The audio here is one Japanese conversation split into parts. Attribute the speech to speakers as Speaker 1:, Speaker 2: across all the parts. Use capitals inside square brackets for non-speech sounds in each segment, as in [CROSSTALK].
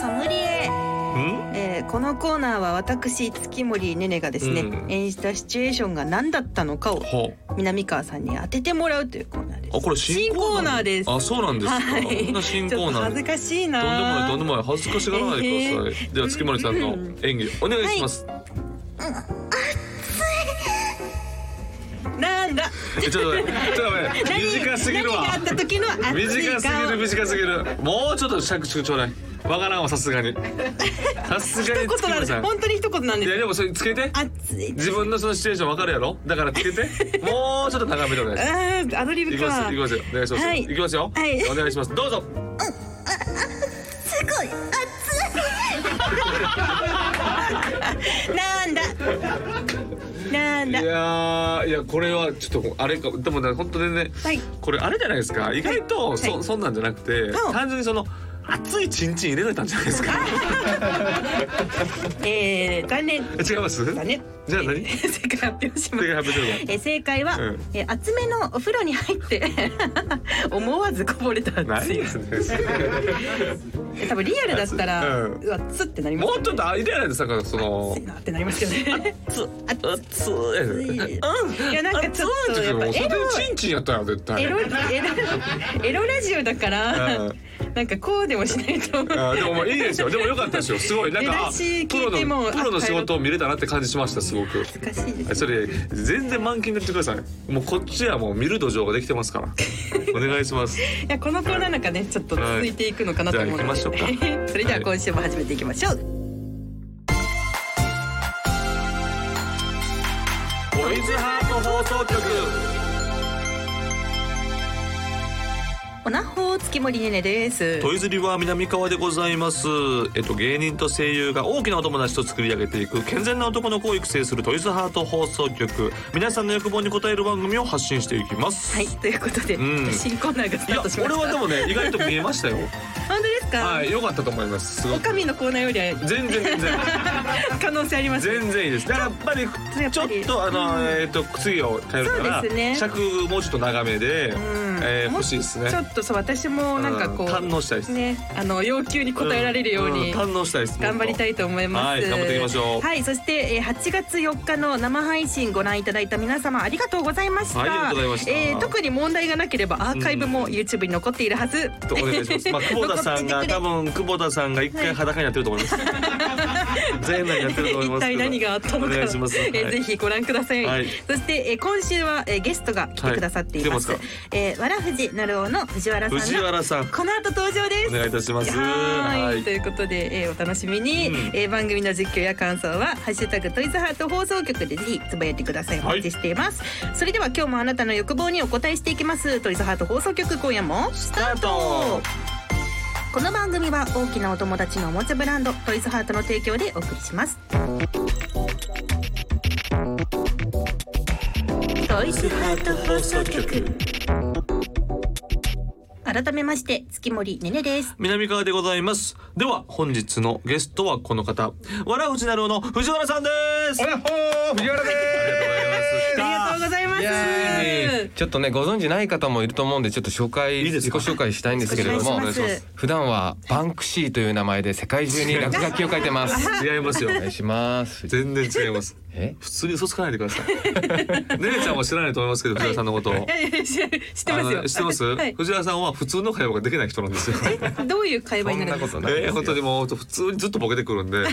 Speaker 1: ソムリエ
Speaker 2: ん
Speaker 1: えーこのコーナーは私月森ねねがですね、
Speaker 2: うん
Speaker 1: 演じたシチュエーションが何だったのかを
Speaker 2: は
Speaker 1: 南川さんに当ててもらうというコーナーです
Speaker 2: あこれ新コーナー
Speaker 1: 新です
Speaker 2: あそうなんですか、
Speaker 1: はい
Speaker 2: こんな新コーナ
Speaker 1: ちょっと恥ず
Speaker 2: ー
Speaker 1: かしいな
Speaker 2: とんでもないとんでもない恥ずかしがらないでください、では月森さんの演技お願いします、
Speaker 1: なんだ
Speaker 2: [LAUGHS] えちょっと待ってちょっと待って短すぎるわ
Speaker 1: [LAUGHS] 何があった時の熱い顔
Speaker 2: 短すぎる短すぎるもうちょっと尺ちょうだいわからんわさす
Speaker 1: [LAUGHS]
Speaker 2: がにさすがに
Speaker 1: 一
Speaker 2: 月
Speaker 1: 言なん
Speaker 2: 森
Speaker 1: で
Speaker 2: さ
Speaker 1: す
Speaker 2: ん
Speaker 1: 本当に一言なんで
Speaker 2: いや
Speaker 1: す
Speaker 2: でもそれつけて
Speaker 1: 熱い
Speaker 2: 自分のそのシチュエーションわかるやろだからつけ
Speaker 1: [LAUGHS]
Speaker 2: てもうちょっと長めでお願いします
Speaker 1: あーアドリ
Speaker 2: い
Speaker 1: ブ
Speaker 2: きま
Speaker 1: か
Speaker 2: すいきますよお願いします、
Speaker 1: はい
Speaker 2: い、きますよ、
Speaker 1: はい
Speaker 2: お願いしますどうぞ
Speaker 1: すごい熱いなんだなん
Speaker 2: い
Speaker 1: だ
Speaker 2: やーいやこれはちょっとあれかでもね本当にね
Speaker 1: はい
Speaker 2: これあれじゃないですか意外と、
Speaker 1: はい
Speaker 2: そ
Speaker 1: はい
Speaker 2: そんなんじゃなくて、
Speaker 1: うん
Speaker 2: 単純にその熱いチンチン入れられたんじゃないですか [LAUGHS]
Speaker 1: えー、残念
Speaker 2: 違います
Speaker 1: だね
Speaker 2: じゃあ何
Speaker 1: えー正解発表します
Speaker 2: 手が外れてる
Speaker 1: えー正解は、
Speaker 2: うん
Speaker 1: えー厚めのお風呂に入って
Speaker 2: [LAUGHS]
Speaker 1: 思わずこぼれた
Speaker 2: のない
Speaker 1: 熱い
Speaker 2: ですね
Speaker 1: 多分リアルだったら、
Speaker 2: う
Speaker 1: うんわつってなりま
Speaker 2: も
Speaker 1: す
Speaker 2: うちょっと入れられてたからその
Speaker 1: 熱いなってなりますよね
Speaker 2: 熱熱
Speaker 1: い
Speaker 2: い
Speaker 1: いやなんかちょっとやっぱ
Speaker 2: もうそ
Speaker 1: エ
Speaker 2: れで
Speaker 1: ロ
Speaker 2: チンチンやったよ絶対
Speaker 1: エ
Speaker 2: [LAUGHS]
Speaker 1: ロエロエロラジオだから、
Speaker 2: うん
Speaker 1: なんかこうでもしないと
Speaker 2: あーでもまあいいですよでも良かったですよすごいなんか
Speaker 1: 出だ
Speaker 2: あ
Speaker 1: し
Speaker 2: プ
Speaker 1: 聞
Speaker 2: ロ
Speaker 1: いても
Speaker 2: のプロの
Speaker 1: あ
Speaker 2: 仕事を見れたなって感じしましたすごく
Speaker 1: 難しいです
Speaker 2: それ全然満勤でやってくださいもうこっちはもう見る土壌ができてま
Speaker 1: [LAUGHS]
Speaker 2: すからお願いします
Speaker 1: いやこのコーナーなんかねちょっと続いていくのかなと思うので、
Speaker 2: はいじゃあ行きましょうか
Speaker 1: [LAUGHS] それでは今週も始めていきましょう、
Speaker 2: ボイズハート放送局
Speaker 1: おなほー月森ねねです
Speaker 2: トイズリは南川でございますえっと芸人と声優が大きなお友達と作り上げていく健全な男の子を育成するトイズハート放送局皆さんの欲望に応える番組を発信していきます
Speaker 1: はいということで、
Speaker 2: うん
Speaker 1: 新コーナーがス
Speaker 2: い
Speaker 1: タ
Speaker 2: や
Speaker 1: ートしまし
Speaker 2: 俺
Speaker 1: た
Speaker 2: はで
Speaker 1: 本
Speaker 2: もね意外と見え
Speaker 1: [LAUGHS]
Speaker 2: ましたよ
Speaker 1: 当ですか、
Speaker 2: はい良かったと思いますすご
Speaker 1: お
Speaker 2: く
Speaker 1: かみのコーナーよりは
Speaker 2: 全然全然
Speaker 1: 可能性あります
Speaker 2: 全然いいですだからやっぱりちょっとあの、えっ、と次を変えるから、
Speaker 1: そうですね
Speaker 2: 尺もうちょっと長めで、
Speaker 1: ん
Speaker 2: えー欲しいですね
Speaker 1: ちょっとそう私もなんかこ
Speaker 2: う
Speaker 1: う、
Speaker 2: ん堪能したいです、
Speaker 1: ねあの要求に応えられるように、
Speaker 2: ん堪能したいです
Speaker 1: 頑張りたいと思います。
Speaker 2: はい頑張っていきましょう
Speaker 1: はい、そして、えー8月4日の生配信ご覧いただいた皆様ありがとうございました。
Speaker 2: ありがとうございました
Speaker 1: えー特に問題がなければアーカイブも YouTube に残っているはず。
Speaker 2: とお願いします。ま
Speaker 1: [LAUGHS]
Speaker 2: あ、久保田さん
Speaker 1: 残っててくれ
Speaker 2: が多分久保田さんが一回裸になってると思い
Speaker 1: [LAUGHS]
Speaker 2: ます。全裸になってると思いますけど。
Speaker 1: 一体何があったの
Speaker 2: お
Speaker 1: か、
Speaker 2: 願いします。
Speaker 1: えー
Speaker 2: はい
Speaker 1: ぜひご覧ください、
Speaker 2: はい
Speaker 1: そして、えー今週は、えーゲストが来てくださっています,、
Speaker 2: はい来てま
Speaker 1: えーわらふじなるおの藤原さんが
Speaker 2: 藤原さん
Speaker 1: この後登場です
Speaker 2: お願いいたします。
Speaker 1: はい
Speaker 2: は
Speaker 1: と
Speaker 2: い。
Speaker 1: いうことで、えーお楽しみに、
Speaker 2: うん
Speaker 1: えー番組の実況や感想は「ハッシュタグトイズハート放送局」でぜひつぶやいてくださいお
Speaker 2: はい
Speaker 1: 待ちしています、それでは今日もあなたの欲望にお答えしていきますトイズハート放送局今夜もスタートこの番組は大きなお友達のおもちゃブランドトイズハートの提供でお送りしますトイズハート放送局改めまして月森ねねです
Speaker 2: 南川でございます。では本日のゲストはこの方、わらふじなるおの藤原さんです。
Speaker 3: おやっほー藤原
Speaker 1: あ
Speaker 3: で
Speaker 1: りがとうございます。
Speaker 3: すイエーイちょっとねご存知ない方もいると思うんでちょっと紹介
Speaker 2: いいです
Speaker 3: 自己
Speaker 2: か
Speaker 3: 紹介したいんですけれど
Speaker 1: お
Speaker 3: も
Speaker 1: 願いします
Speaker 3: 普段はバンクシーという名前で世界中に落書きを書いてます
Speaker 2: [LAUGHS] 違いますよ
Speaker 3: お。願いします
Speaker 2: 全然違います。
Speaker 3: え
Speaker 2: 普通に嘘つかないで [LAUGHS] ください。ねねちゃんは知らないと思いますけど、藤原さんのことを
Speaker 1: い。やいや知ら知って
Speaker 2: あ
Speaker 1: ます
Speaker 2: の
Speaker 1: よ。
Speaker 2: ね知ってます、
Speaker 1: はい。
Speaker 2: 藤原さんは普通の会話ができない人なんですよ。
Speaker 1: どういう会話
Speaker 3: そ
Speaker 1: に
Speaker 3: ん
Speaker 1: なる
Speaker 3: なん
Speaker 1: で
Speaker 3: こ
Speaker 1: すか
Speaker 3: と。
Speaker 2: [LAUGHS]
Speaker 3: ない
Speaker 2: えー、
Speaker 3: ですよ
Speaker 2: 本当にもうずっとボケてくるんで。
Speaker 1: は
Speaker 2: は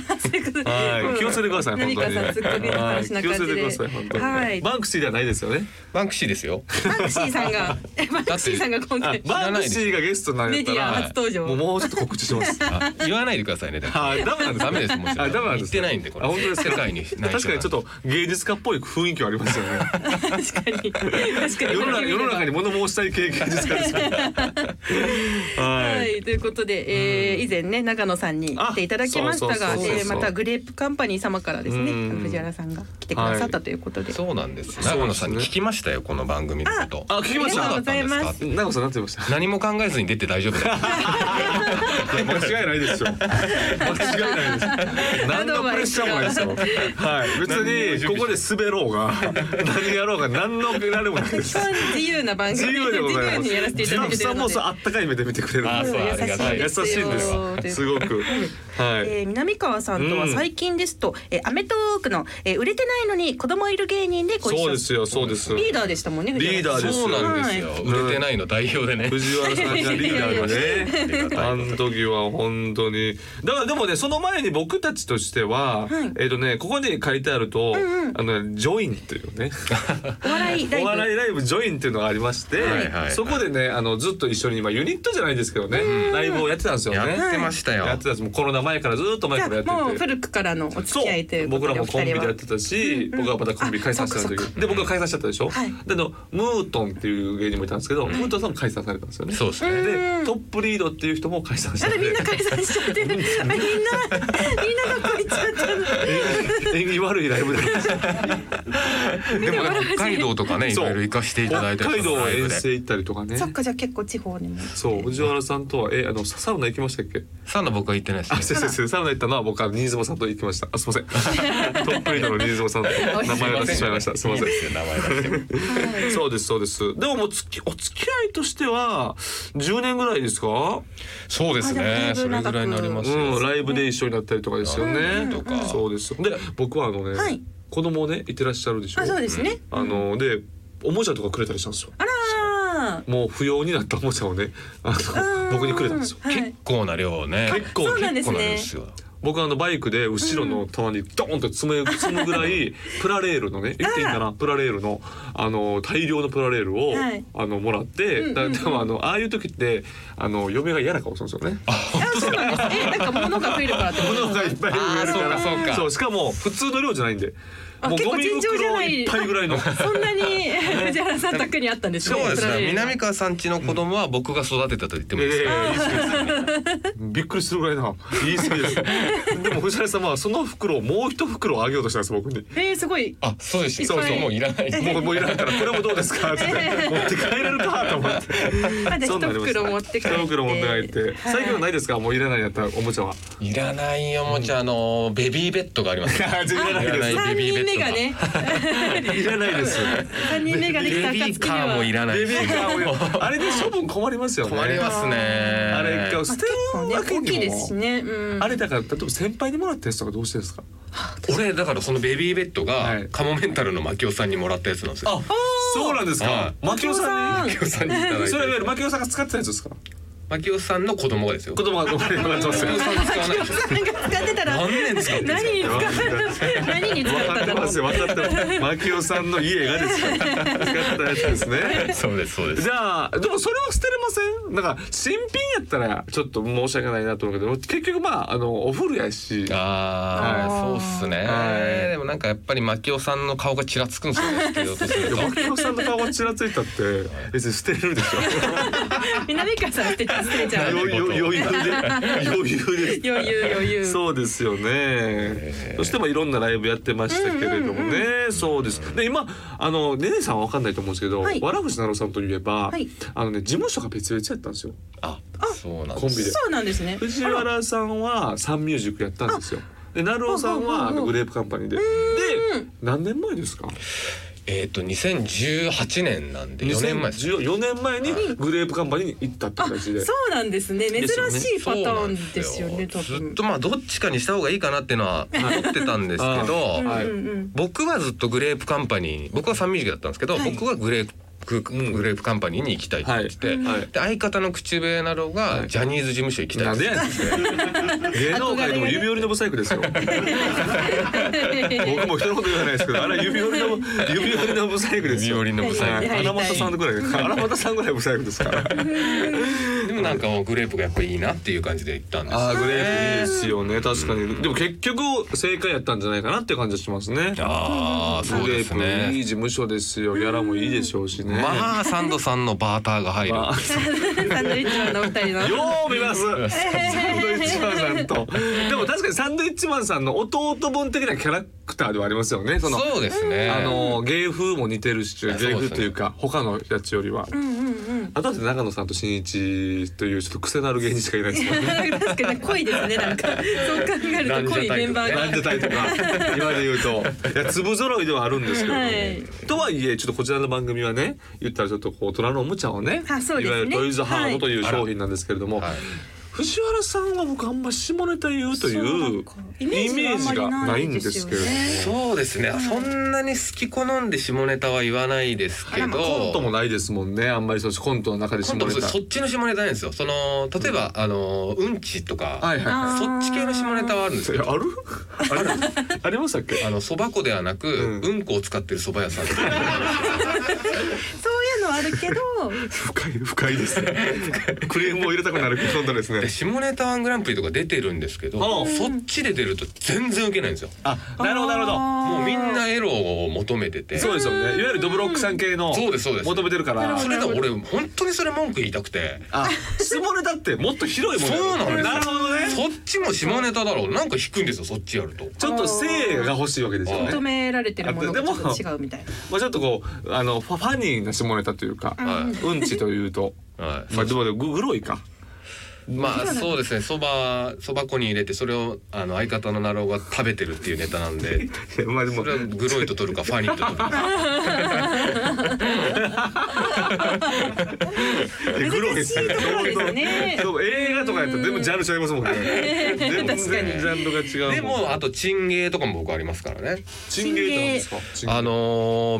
Speaker 2: い、気をつけてください、本当に。
Speaker 1: さんツッコミの
Speaker 2: はい
Speaker 1: 話な
Speaker 2: 気を
Speaker 1: 感
Speaker 2: つけ
Speaker 1: じで。
Speaker 2: てください、本当に。
Speaker 1: はい。バ
Speaker 2: バンクシーではないですよね。
Speaker 3: バンクシーですよ
Speaker 1: ンクシーさんが、えバンクシーさんが今
Speaker 2: あ
Speaker 1: 回
Speaker 2: バンクシーがゲストなんや
Speaker 1: メ
Speaker 2: っ
Speaker 1: デ
Speaker 2: た
Speaker 1: ィア
Speaker 2: ら
Speaker 1: 初。登場。
Speaker 2: もう、
Speaker 1: は
Speaker 2: もうちょっと告知します。
Speaker 3: あ言わないでくださいねでも
Speaker 2: はい、ダメなんです
Speaker 3: ダ
Speaker 2: か
Speaker 3: メですもちろ
Speaker 2: あ
Speaker 3: ん
Speaker 2: ダメなんで
Speaker 3: 言っ
Speaker 2: すか
Speaker 3: てないんでこれ
Speaker 2: あ本当ですか
Speaker 3: 世界に内緒なんで
Speaker 2: 確かにちょっと芸術家っぽい雰囲気はありますよね。
Speaker 1: 確かに。確かに。
Speaker 2: 世の中、世の中に物申したい系芸術家ですから。
Speaker 1: は
Speaker 2: はい。
Speaker 1: い、ということで、えー、以前ね長野さんに来ていただきました
Speaker 2: あ
Speaker 1: が
Speaker 2: そうそうそうそう
Speaker 1: えーまたグレープカンパニー様からですね
Speaker 2: うん
Speaker 1: 藤原さんが来てくださったということで、
Speaker 3: そうなんですよ
Speaker 2: そうですね
Speaker 3: 長野さんに聞きましたよこの番組のこと
Speaker 2: あ、聞きまし
Speaker 1: ありがとう
Speaker 2: た
Speaker 1: ご。ざいます
Speaker 3: そうだったんですか
Speaker 2: なんかそうなってました。
Speaker 3: 何も考えずに出て大丈夫だよ
Speaker 2: い
Speaker 4: 間違いないですよ。間違いないです。
Speaker 2: 何のプレッシャーもないですよ。はい、別にここで滑ろうが、 [LAUGHS] 何やろうが、何の得られもないです。
Speaker 1: 自由な番組
Speaker 2: 自由でございます。
Speaker 1: 自由にやらせていただけて
Speaker 2: スタ
Speaker 1: る
Speaker 2: ッフさんも
Speaker 1: の
Speaker 2: そ
Speaker 1: で
Speaker 2: うあったかい目で見てくれるん
Speaker 3: あ
Speaker 2: で
Speaker 3: そうありがたい
Speaker 2: 優
Speaker 1: 優
Speaker 2: し
Speaker 1: しいですよ
Speaker 2: いです。すごく。はい。
Speaker 1: えー南川さんとは最近ですと、えーアメトーークの、えー売れてないのに子供いる芸人でご一緒
Speaker 2: そうですよ、そうです。
Speaker 1: リーダーでしたもんね藤原さん
Speaker 2: リーダーです
Speaker 3: そうなんですよ、
Speaker 2: うん
Speaker 3: 売れてないの代表でね
Speaker 2: 藤原さんがリー
Speaker 1: [LAUGHS]
Speaker 2: ダーが
Speaker 3: [LAUGHS] ありが
Speaker 2: ね。
Speaker 3: たい
Speaker 2: あの時は本当に。だからでもね、その前に僕たちとしては、
Speaker 1: はい
Speaker 2: えっ、とね、ここに書いてあると、
Speaker 1: んうん
Speaker 2: あの、ジョインっていうね、
Speaker 1: お笑 [LAUGHS] いライ
Speaker 2: お
Speaker 1: ブ
Speaker 2: 笑いライブジョインっていうのがありまして、
Speaker 3: はいはい
Speaker 2: そこでね、あの、ずっと一緒に、まあユニットじゃないですけどね、ライブをやってたんですよ
Speaker 3: や
Speaker 2: ね。
Speaker 3: ってましたよ、
Speaker 2: やってたんです。もうコロナ前からずっと前
Speaker 1: じ
Speaker 2: からや
Speaker 1: ゃ
Speaker 2: っ
Speaker 1: あも
Speaker 2: て
Speaker 1: う
Speaker 2: て。
Speaker 1: 古くからのお付
Speaker 2: そう
Speaker 1: き合いというこ
Speaker 2: 僕
Speaker 1: と
Speaker 2: ら
Speaker 1: でお
Speaker 2: もコン
Speaker 1: 二
Speaker 2: ビ
Speaker 1: 人は
Speaker 2: でやってたし、僕はまたコンビ解散した
Speaker 1: あそっかそっ
Speaker 2: 時
Speaker 1: か
Speaker 2: で僕が解散しちゃったでしょ、
Speaker 1: はい
Speaker 2: であのムートンっていう芸人もいたんですけど、ムートンさんも解散されたんですよね
Speaker 3: そうですね、
Speaker 2: でトップリードっていう人も解散した
Speaker 1: あ
Speaker 2: ん
Speaker 1: れ
Speaker 2: で [LAUGHS]
Speaker 1: みんな解散しちゃ
Speaker 3: [LAUGHS]
Speaker 1: ってるみんなみんながこいちゃったの
Speaker 2: 縁起悪いライブだった
Speaker 3: でもね北海道とかねい
Speaker 2: そう
Speaker 3: ろいろ行かせていただいた
Speaker 2: 北
Speaker 3: り
Speaker 2: 海道
Speaker 3: ライブ
Speaker 2: 遠
Speaker 3: で
Speaker 2: 征行ったりとかね
Speaker 1: そっかじゃあ結構地方にも
Speaker 2: そう藤原さんとはえあのササウナ行きましたっけ
Speaker 3: サウナ僕は行ってないです
Speaker 2: あ
Speaker 3: ね
Speaker 2: 先生サウナ行ったのは僕は新妻さんと行きましたあ
Speaker 1: [LAUGHS]
Speaker 2: すいませんトップリードの新妻さんと名前を出してしまい
Speaker 3: [LAUGHS]
Speaker 2: ましたすいません
Speaker 3: ですよ名前出しても
Speaker 2: そうですそうです。でももう付きお付き合いとしては10年ぐらいですか？
Speaker 3: そうです
Speaker 1: あ
Speaker 3: ね
Speaker 1: で
Speaker 3: そ
Speaker 1: もだ
Speaker 3: れ
Speaker 1: いぶ長く
Speaker 3: ぐらいになりますよ、
Speaker 2: うんライブで一緒になったりとかですよ
Speaker 3: ライ
Speaker 2: ね
Speaker 3: ブ。とか
Speaker 2: そうです。で僕はあのね、
Speaker 1: はい
Speaker 2: 子供をねいてらっしゃるでしょ。
Speaker 1: あそうですね、
Speaker 2: あのでおもちゃとかくれたりしたんですよ。
Speaker 1: あら
Speaker 2: もう不要になったおもちゃをねあ
Speaker 1: ー
Speaker 2: の僕にくれたんですよ。
Speaker 1: は
Speaker 3: 結
Speaker 1: い、
Speaker 3: 構な量をね
Speaker 2: 結構
Speaker 1: そうなんです
Speaker 3: 結構な量
Speaker 1: ね
Speaker 3: ですよ
Speaker 2: 僕あのバイクで後ろの棚にドーンと積む積むぐ
Speaker 1: [LAUGHS]
Speaker 2: らいプラレールのね言っていいんだなプラレールのあの大量のプラレールを、
Speaker 1: はい
Speaker 2: あのもらって、
Speaker 1: うんうんうん
Speaker 2: だでもあのああいう時ってあの嫁が嫌な顔するんですよね。
Speaker 1: あそうなんですえなんか物が増えるからってこと
Speaker 2: 物がいっぱい増えるから
Speaker 3: あーそうかそうか
Speaker 2: しかも普通の量じゃないんで
Speaker 1: あ
Speaker 2: もう
Speaker 1: 結構
Speaker 2: ゴミ
Speaker 1: 尋常じゃ
Speaker 2: 袋
Speaker 1: ない
Speaker 2: いっぱい
Speaker 1: [LAUGHS]
Speaker 2: ぐらいの
Speaker 1: そんな
Speaker 3: [LAUGHS]
Speaker 1: に藤原さん宅にあったんですね
Speaker 3: そうです
Speaker 1: プラレー
Speaker 3: ね
Speaker 1: ル
Speaker 3: 南川さん家の子供は僕が育てたと言ってもいいです
Speaker 2: え
Speaker 3: か、
Speaker 2: えびっくりするぐらいな言い過ぎですでも藤原さんはその袋をもう一袋あげようとしたんです僕に。
Speaker 1: えー、すごい
Speaker 3: あそうでした
Speaker 1: いっぱい
Speaker 3: そうそうもういらない
Speaker 2: もうもういらないからこれもどうですかって持って帰れるかと思って
Speaker 1: まだ
Speaker 2: そ
Speaker 1: 一
Speaker 2: うなりました
Speaker 1: 袋持って帰って
Speaker 2: 一袋持って帰って最近はないですかもういらないやったおもちゃはい
Speaker 3: らないおもちゃあのベビーベッドがあります
Speaker 2: いやいらないです
Speaker 3: いらない
Speaker 1: 三
Speaker 3: ベビーベ
Speaker 1: 人目
Speaker 3: ッドが
Speaker 1: がね
Speaker 2: いらないです
Speaker 1: 三人目がで
Speaker 3: ベ
Speaker 1: きた
Speaker 3: ビ
Speaker 1: 暁
Speaker 3: ー
Speaker 1: に
Speaker 3: カ
Speaker 1: は
Speaker 3: ーもいらない
Speaker 2: ベビーカーをあれで処分困りますよね
Speaker 3: 困りますね
Speaker 2: あれか
Speaker 1: ま
Speaker 2: 捨
Speaker 1: あ
Speaker 2: てるわ
Speaker 1: 結
Speaker 2: け
Speaker 1: 構ね大きい
Speaker 2: に
Speaker 1: ですし
Speaker 2: も
Speaker 1: ね、うん、
Speaker 2: あれだから例えば先輩にもらったやつとかどうしてですか
Speaker 3: 俺だからそのベビーベッドが、
Speaker 2: はい
Speaker 3: カモメンタルのマキオさんにもらったやつなんですよ。
Speaker 2: そうなんですか
Speaker 3: は
Speaker 2: マキオさんに
Speaker 3: マキオさんにいただい
Speaker 2: それはいわゆ
Speaker 3: て。
Speaker 2: るマキオさんが使ってたやつですか
Speaker 3: マキオさんの子供がですよ。
Speaker 2: 子供がマキオさん使ってます
Speaker 3: さん使わないでしょ。
Speaker 1: なんか使ってたら
Speaker 3: 何年使ってんすか
Speaker 1: 何に使った何に使
Speaker 2: 分か
Speaker 1: っ
Speaker 2: って
Speaker 1: たの
Speaker 2: ますよ分かって [LAUGHS] ますマキオさんの家がですよ使ってたやつですね
Speaker 3: [LAUGHS] そうですそうです。
Speaker 2: じゃあでもそれは捨てれませんなんか新品やったらちょっと申し訳ないなと思うけど結局まああのお古やし
Speaker 3: ああ、
Speaker 1: あー
Speaker 3: そうっすね、
Speaker 2: はい
Speaker 3: でもなんかやっぱりマキオさんの顔がちらつくんですよ [LAUGHS] ね。捨てようとする
Speaker 2: い
Speaker 3: と
Speaker 2: やマキオさんの顔がちらついたって別に捨てれるでし [LAUGHS] ょ
Speaker 1: 南川さんって忘れちゃう
Speaker 2: 余裕余裕で余裕で
Speaker 1: 余裕余裕
Speaker 2: すそうですよねそしてまあいろんなライブやってましたけれどもね、そうですで今あのねねさんは分かんないと思うんですけど、
Speaker 1: はい
Speaker 2: わらふじなろさんといえば、
Speaker 1: はい
Speaker 2: あのね事務所が別々やったんですよ
Speaker 3: あ、そうなん
Speaker 2: コ
Speaker 3: で
Speaker 2: ンビ
Speaker 3: す。
Speaker 2: で
Speaker 1: そうなんですね
Speaker 2: 藤原さんはサンミュージックやったんですよ。で、成尾さんはあのグレープカンパニーで。で、何年前ですか。
Speaker 3: えっ、と2018年なんで4年前です。
Speaker 2: 2014年前にグレープカンパニーに行ったって感じで。
Speaker 1: そうなんですね珍しいパターンですよね
Speaker 3: そ
Speaker 1: 多
Speaker 3: うなんですよず
Speaker 1: 分
Speaker 3: っとまあどっちかにした方がいいかなっていうのは思ってたんですけど、
Speaker 2: はい
Speaker 1: うんうん
Speaker 3: 僕はずっとグレープカンパニーに僕はサンミュージックだったんですけど、
Speaker 1: はい
Speaker 3: 僕はグレープグレープカンパニーに行きたいって言ってて、
Speaker 2: はいはい
Speaker 3: で相方の口笛などがジャニーズ事務所行きた
Speaker 2: ないん
Speaker 3: っ
Speaker 2: で
Speaker 3: て
Speaker 2: や
Speaker 3: 言
Speaker 2: ね
Speaker 3: って
Speaker 2: ん芸能界でも指折りのブサイクですよ。僕も人のこと言わないですけど、あれ指折りの指折りのブサイクです
Speaker 3: 指
Speaker 2: よ。
Speaker 3: 折りのブサイ
Speaker 1: り
Speaker 2: 荒俣さんぐらい、荒俣さんぐらいブサイクですから。
Speaker 3: クでもなんかもうグレープがやっぱいいなっていう感じで行ったんです
Speaker 2: あーグレープいいですよね、確かに。でも結局正解やったんじゃないかなって感じがしますね。
Speaker 3: ああそ
Speaker 2: グ
Speaker 3: う
Speaker 2: レ
Speaker 3: です
Speaker 2: ープいい
Speaker 3: ね
Speaker 2: 事務所ですよギャラもいいでしょうしね、
Speaker 3: まあサンドさんのバーターが入る、
Speaker 2: まあ
Speaker 1: サンドイッチマンのお二人の
Speaker 2: よう見ますサンドイッチマンさんとでも確かにサンドイッチマンさんの弟分的なキャラクターではありますよねその
Speaker 3: そうですね
Speaker 2: あの芸風も似てるし
Speaker 3: やそうです
Speaker 2: 芸
Speaker 3: ね
Speaker 2: 風というか他のやつよりは、
Speaker 1: うんうんうん
Speaker 2: あとは長野さんと新一というちょっと癖のある芸人しかいない
Speaker 1: [LAUGHS]
Speaker 2: ですもんね。
Speaker 1: 確かに濃いですねなんかそう考えると濃いメン
Speaker 2: [LAUGHS]
Speaker 1: バーが
Speaker 2: ランジャタイとか今で言うといや粒揃いではあるんですけども、
Speaker 1: はい
Speaker 2: とはいえちょっとこちらの番組はね言ったらちょっとこう虎のおもちゃをね
Speaker 1: あそうですね
Speaker 2: いわゆるトイズハートという
Speaker 3: はい
Speaker 2: 商品なんですけれども、
Speaker 3: はい
Speaker 2: 藤原さんは僕あんま下ネタ言うという
Speaker 1: イ
Speaker 2: イメ
Speaker 1: メ
Speaker 2: ー
Speaker 1: ージ
Speaker 2: ジ
Speaker 1: が
Speaker 2: が
Speaker 1: あんまり
Speaker 2: な
Speaker 1: ないい
Speaker 2: ん
Speaker 1: ん
Speaker 2: で
Speaker 1: です
Speaker 2: す
Speaker 1: よ
Speaker 2: けれども
Speaker 1: ね。
Speaker 3: そうですね、
Speaker 1: ん
Speaker 3: そんなに好き好んで下ネタは言わないですけど
Speaker 2: コントもないですもんねあんまりそうコントの中で
Speaker 3: コ
Speaker 2: 下
Speaker 3: ン
Speaker 2: ネ
Speaker 3: ト
Speaker 2: タ
Speaker 3: もそうそっちの下ネタなんですよその例えば、あのうんちとか、
Speaker 2: はいはいは
Speaker 1: あー
Speaker 3: そっち系の下ネタはあるんです
Speaker 2: い
Speaker 3: け
Speaker 2: いや
Speaker 3: ど
Speaker 2: あるあれありましたっけ
Speaker 3: あのそば粉ではなく、
Speaker 2: うん
Speaker 3: うんこを使ってるそば屋さんとか
Speaker 1: そういうのはあるけど、
Speaker 2: 深い深いですねクレームを入れたくなるコントですね
Speaker 3: で下ネタワングランプリとか出てるんですけど
Speaker 2: ああ
Speaker 3: そっちで出ると全然ウケないんですよ
Speaker 2: あなるほどなるほど
Speaker 3: も
Speaker 1: も
Speaker 3: うみんなエロを求めてて
Speaker 2: そうですよねいわゆるドブロックさん系の
Speaker 3: そうですそうです
Speaker 2: 求めてるか
Speaker 1: なる
Speaker 2: ら
Speaker 1: ほ
Speaker 3: それだ俺本当にそれ文句言いたくて
Speaker 2: あ下ネタってもっと広いもんだ
Speaker 3: そうなんですよ
Speaker 2: なるほどね
Speaker 3: そっちも下ネタだろうなんか引くんですよそっちやると
Speaker 2: ちょっと性が欲しいわけですよ
Speaker 1: 求
Speaker 2: ね
Speaker 1: められてるものがちょっと違うみたいな。
Speaker 2: まあちょっとこうあのファファニーな下ネタというか
Speaker 3: は
Speaker 2: うんちというと
Speaker 3: はい
Speaker 2: まあでもググロいか
Speaker 3: まあそうですねそばそば粉に入れてそれをあの相方のなろうが食べてるっていうネタなんで
Speaker 2: いやまあで
Speaker 3: そ
Speaker 2: も
Speaker 3: れはグロいと取るかファニーと取る
Speaker 2: [LAUGHS]
Speaker 3: か
Speaker 2: グロい
Speaker 1: 難しいところですよね
Speaker 2: そう映画とかやったら全部ジャンル違いますもんね全然ジャンルが違う
Speaker 3: で
Speaker 2: もん
Speaker 3: もあとチンゲーとかも僕ありますからね
Speaker 2: チンゲーってなんですかチンゲー
Speaker 3: あの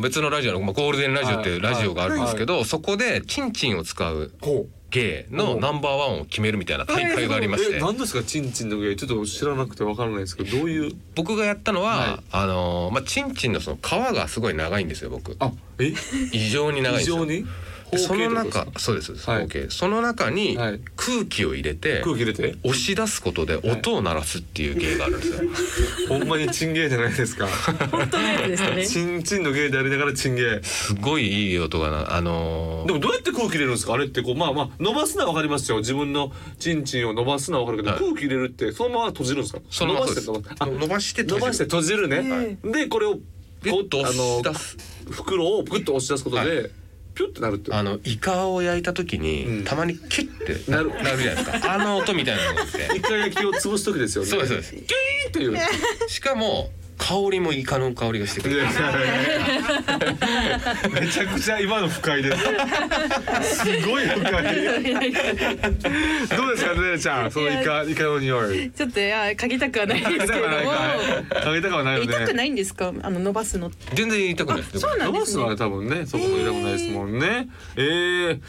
Speaker 3: ー別のラジオの、まあ、ゴールデンラジオっていうラジオがあるんですけど、そこでチンチンを使う
Speaker 2: ほう
Speaker 3: 芸のナンバーワンを決めるみたいな大会がありまして
Speaker 2: え何ですかチンチンの芸ちょっと知らなくてわからないですけどどういう
Speaker 3: 僕がやったのは、
Speaker 2: はい
Speaker 3: あのーまあ、チンチンのその皮がすごい長いんですよ僕
Speaker 2: あえ
Speaker 3: 異常に長い
Speaker 2: 非
Speaker 3: んです
Speaker 2: 常
Speaker 3: よ
Speaker 2: に
Speaker 3: でその
Speaker 2: 方形ってことですか
Speaker 3: 中そうです
Speaker 2: はい
Speaker 3: OK その中に
Speaker 2: はい
Speaker 3: 空気を入れて、
Speaker 2: 空気入れて
Speaker 3: 押し出すことで音を鳴らすっていう芸があるんで
Speaker 2: [LAUGHS]
Speaker 3: すよ、
Speaker 2: ほんまにチンゲーじゃないですか
Speaker 3: [LAUGHS]
Speaker 1: 本当のやつですよね。
Speaker 2: [LAUGHS] チンチンの芸でありながらチンゲー
Speaker 3: すごいいい音がなあのー
Speaker 2: でもどうやって空気入れるんですかあれってこうまあまあ伸ばすのはわかりますよ自分のチンチンを伸ばすのはわかるけど、
Speaker 3: はい
Speaker 2: 空気入れるってそのまま閉じるんですか
Speaker 3: そのまま
Speaker 2: 伸ばして
Speaker 3: そう
Speaker 2: 伸
Speaker 3: で
Speaker 2: ば
Speaker 3: す
Speaker 2: あ
Speaker 3: 伸ばして閉
Speaker 2: 伸
Speaker 3: じる
Speaker 2: ばして閉じるね、
Speaker 1: え
Speaker 2: でこれを
Speaker 3: ピュッと
Speaker 2: こう
Speaker 3: 押し出
Speaker 2: あ
Speaker 3: す
Speaker 2: の袋をグッと押し出すことで、ピュッてなるって
Speaker 3: あのイカを焼いた時に、
Speaker 2: うん
Speaker 3: たまにキュッて
Speaker 2: な
Speaker 3: な
Speaker 2: る
Speaker 3: るなるじゃないで
Speaker 2: [LAUGHS]
Speaker 3: すかあの音みたいなのがあって
Speaker 2: 一回焼きを潰す時ですよね
Speaker 3: そうですそう
Speaker 2: で
Speaker 3: ですす
Speaker 2: キーンっていういや
Speaker 3: しかも香りもイカの香りがしてく
Speaker 2: い
Speaker 3: る
Speaker 2: やいや [LAUGHS] めちゃくちゃ今の不快ですすごい不快どうですかねちゃんそのイカイカの匂い
Speaker 1: ちょっといや嗅ぎたくはないですけれども。
Speaker 2: 食べたくはないよね。
Speaker 1: 痛くないんですか？あの伸ばすのって。
Speaker 3: 全然痛くないです
Speaker 1: そうなん
Speaker 2: 伸
Speaker 1: で
Speaker 2: ば
Speaker 1: す
Speaker 2: す
Speaker 1: ね
Speaker 2: の。は多分ね、そこも痛くないですもんね。えー、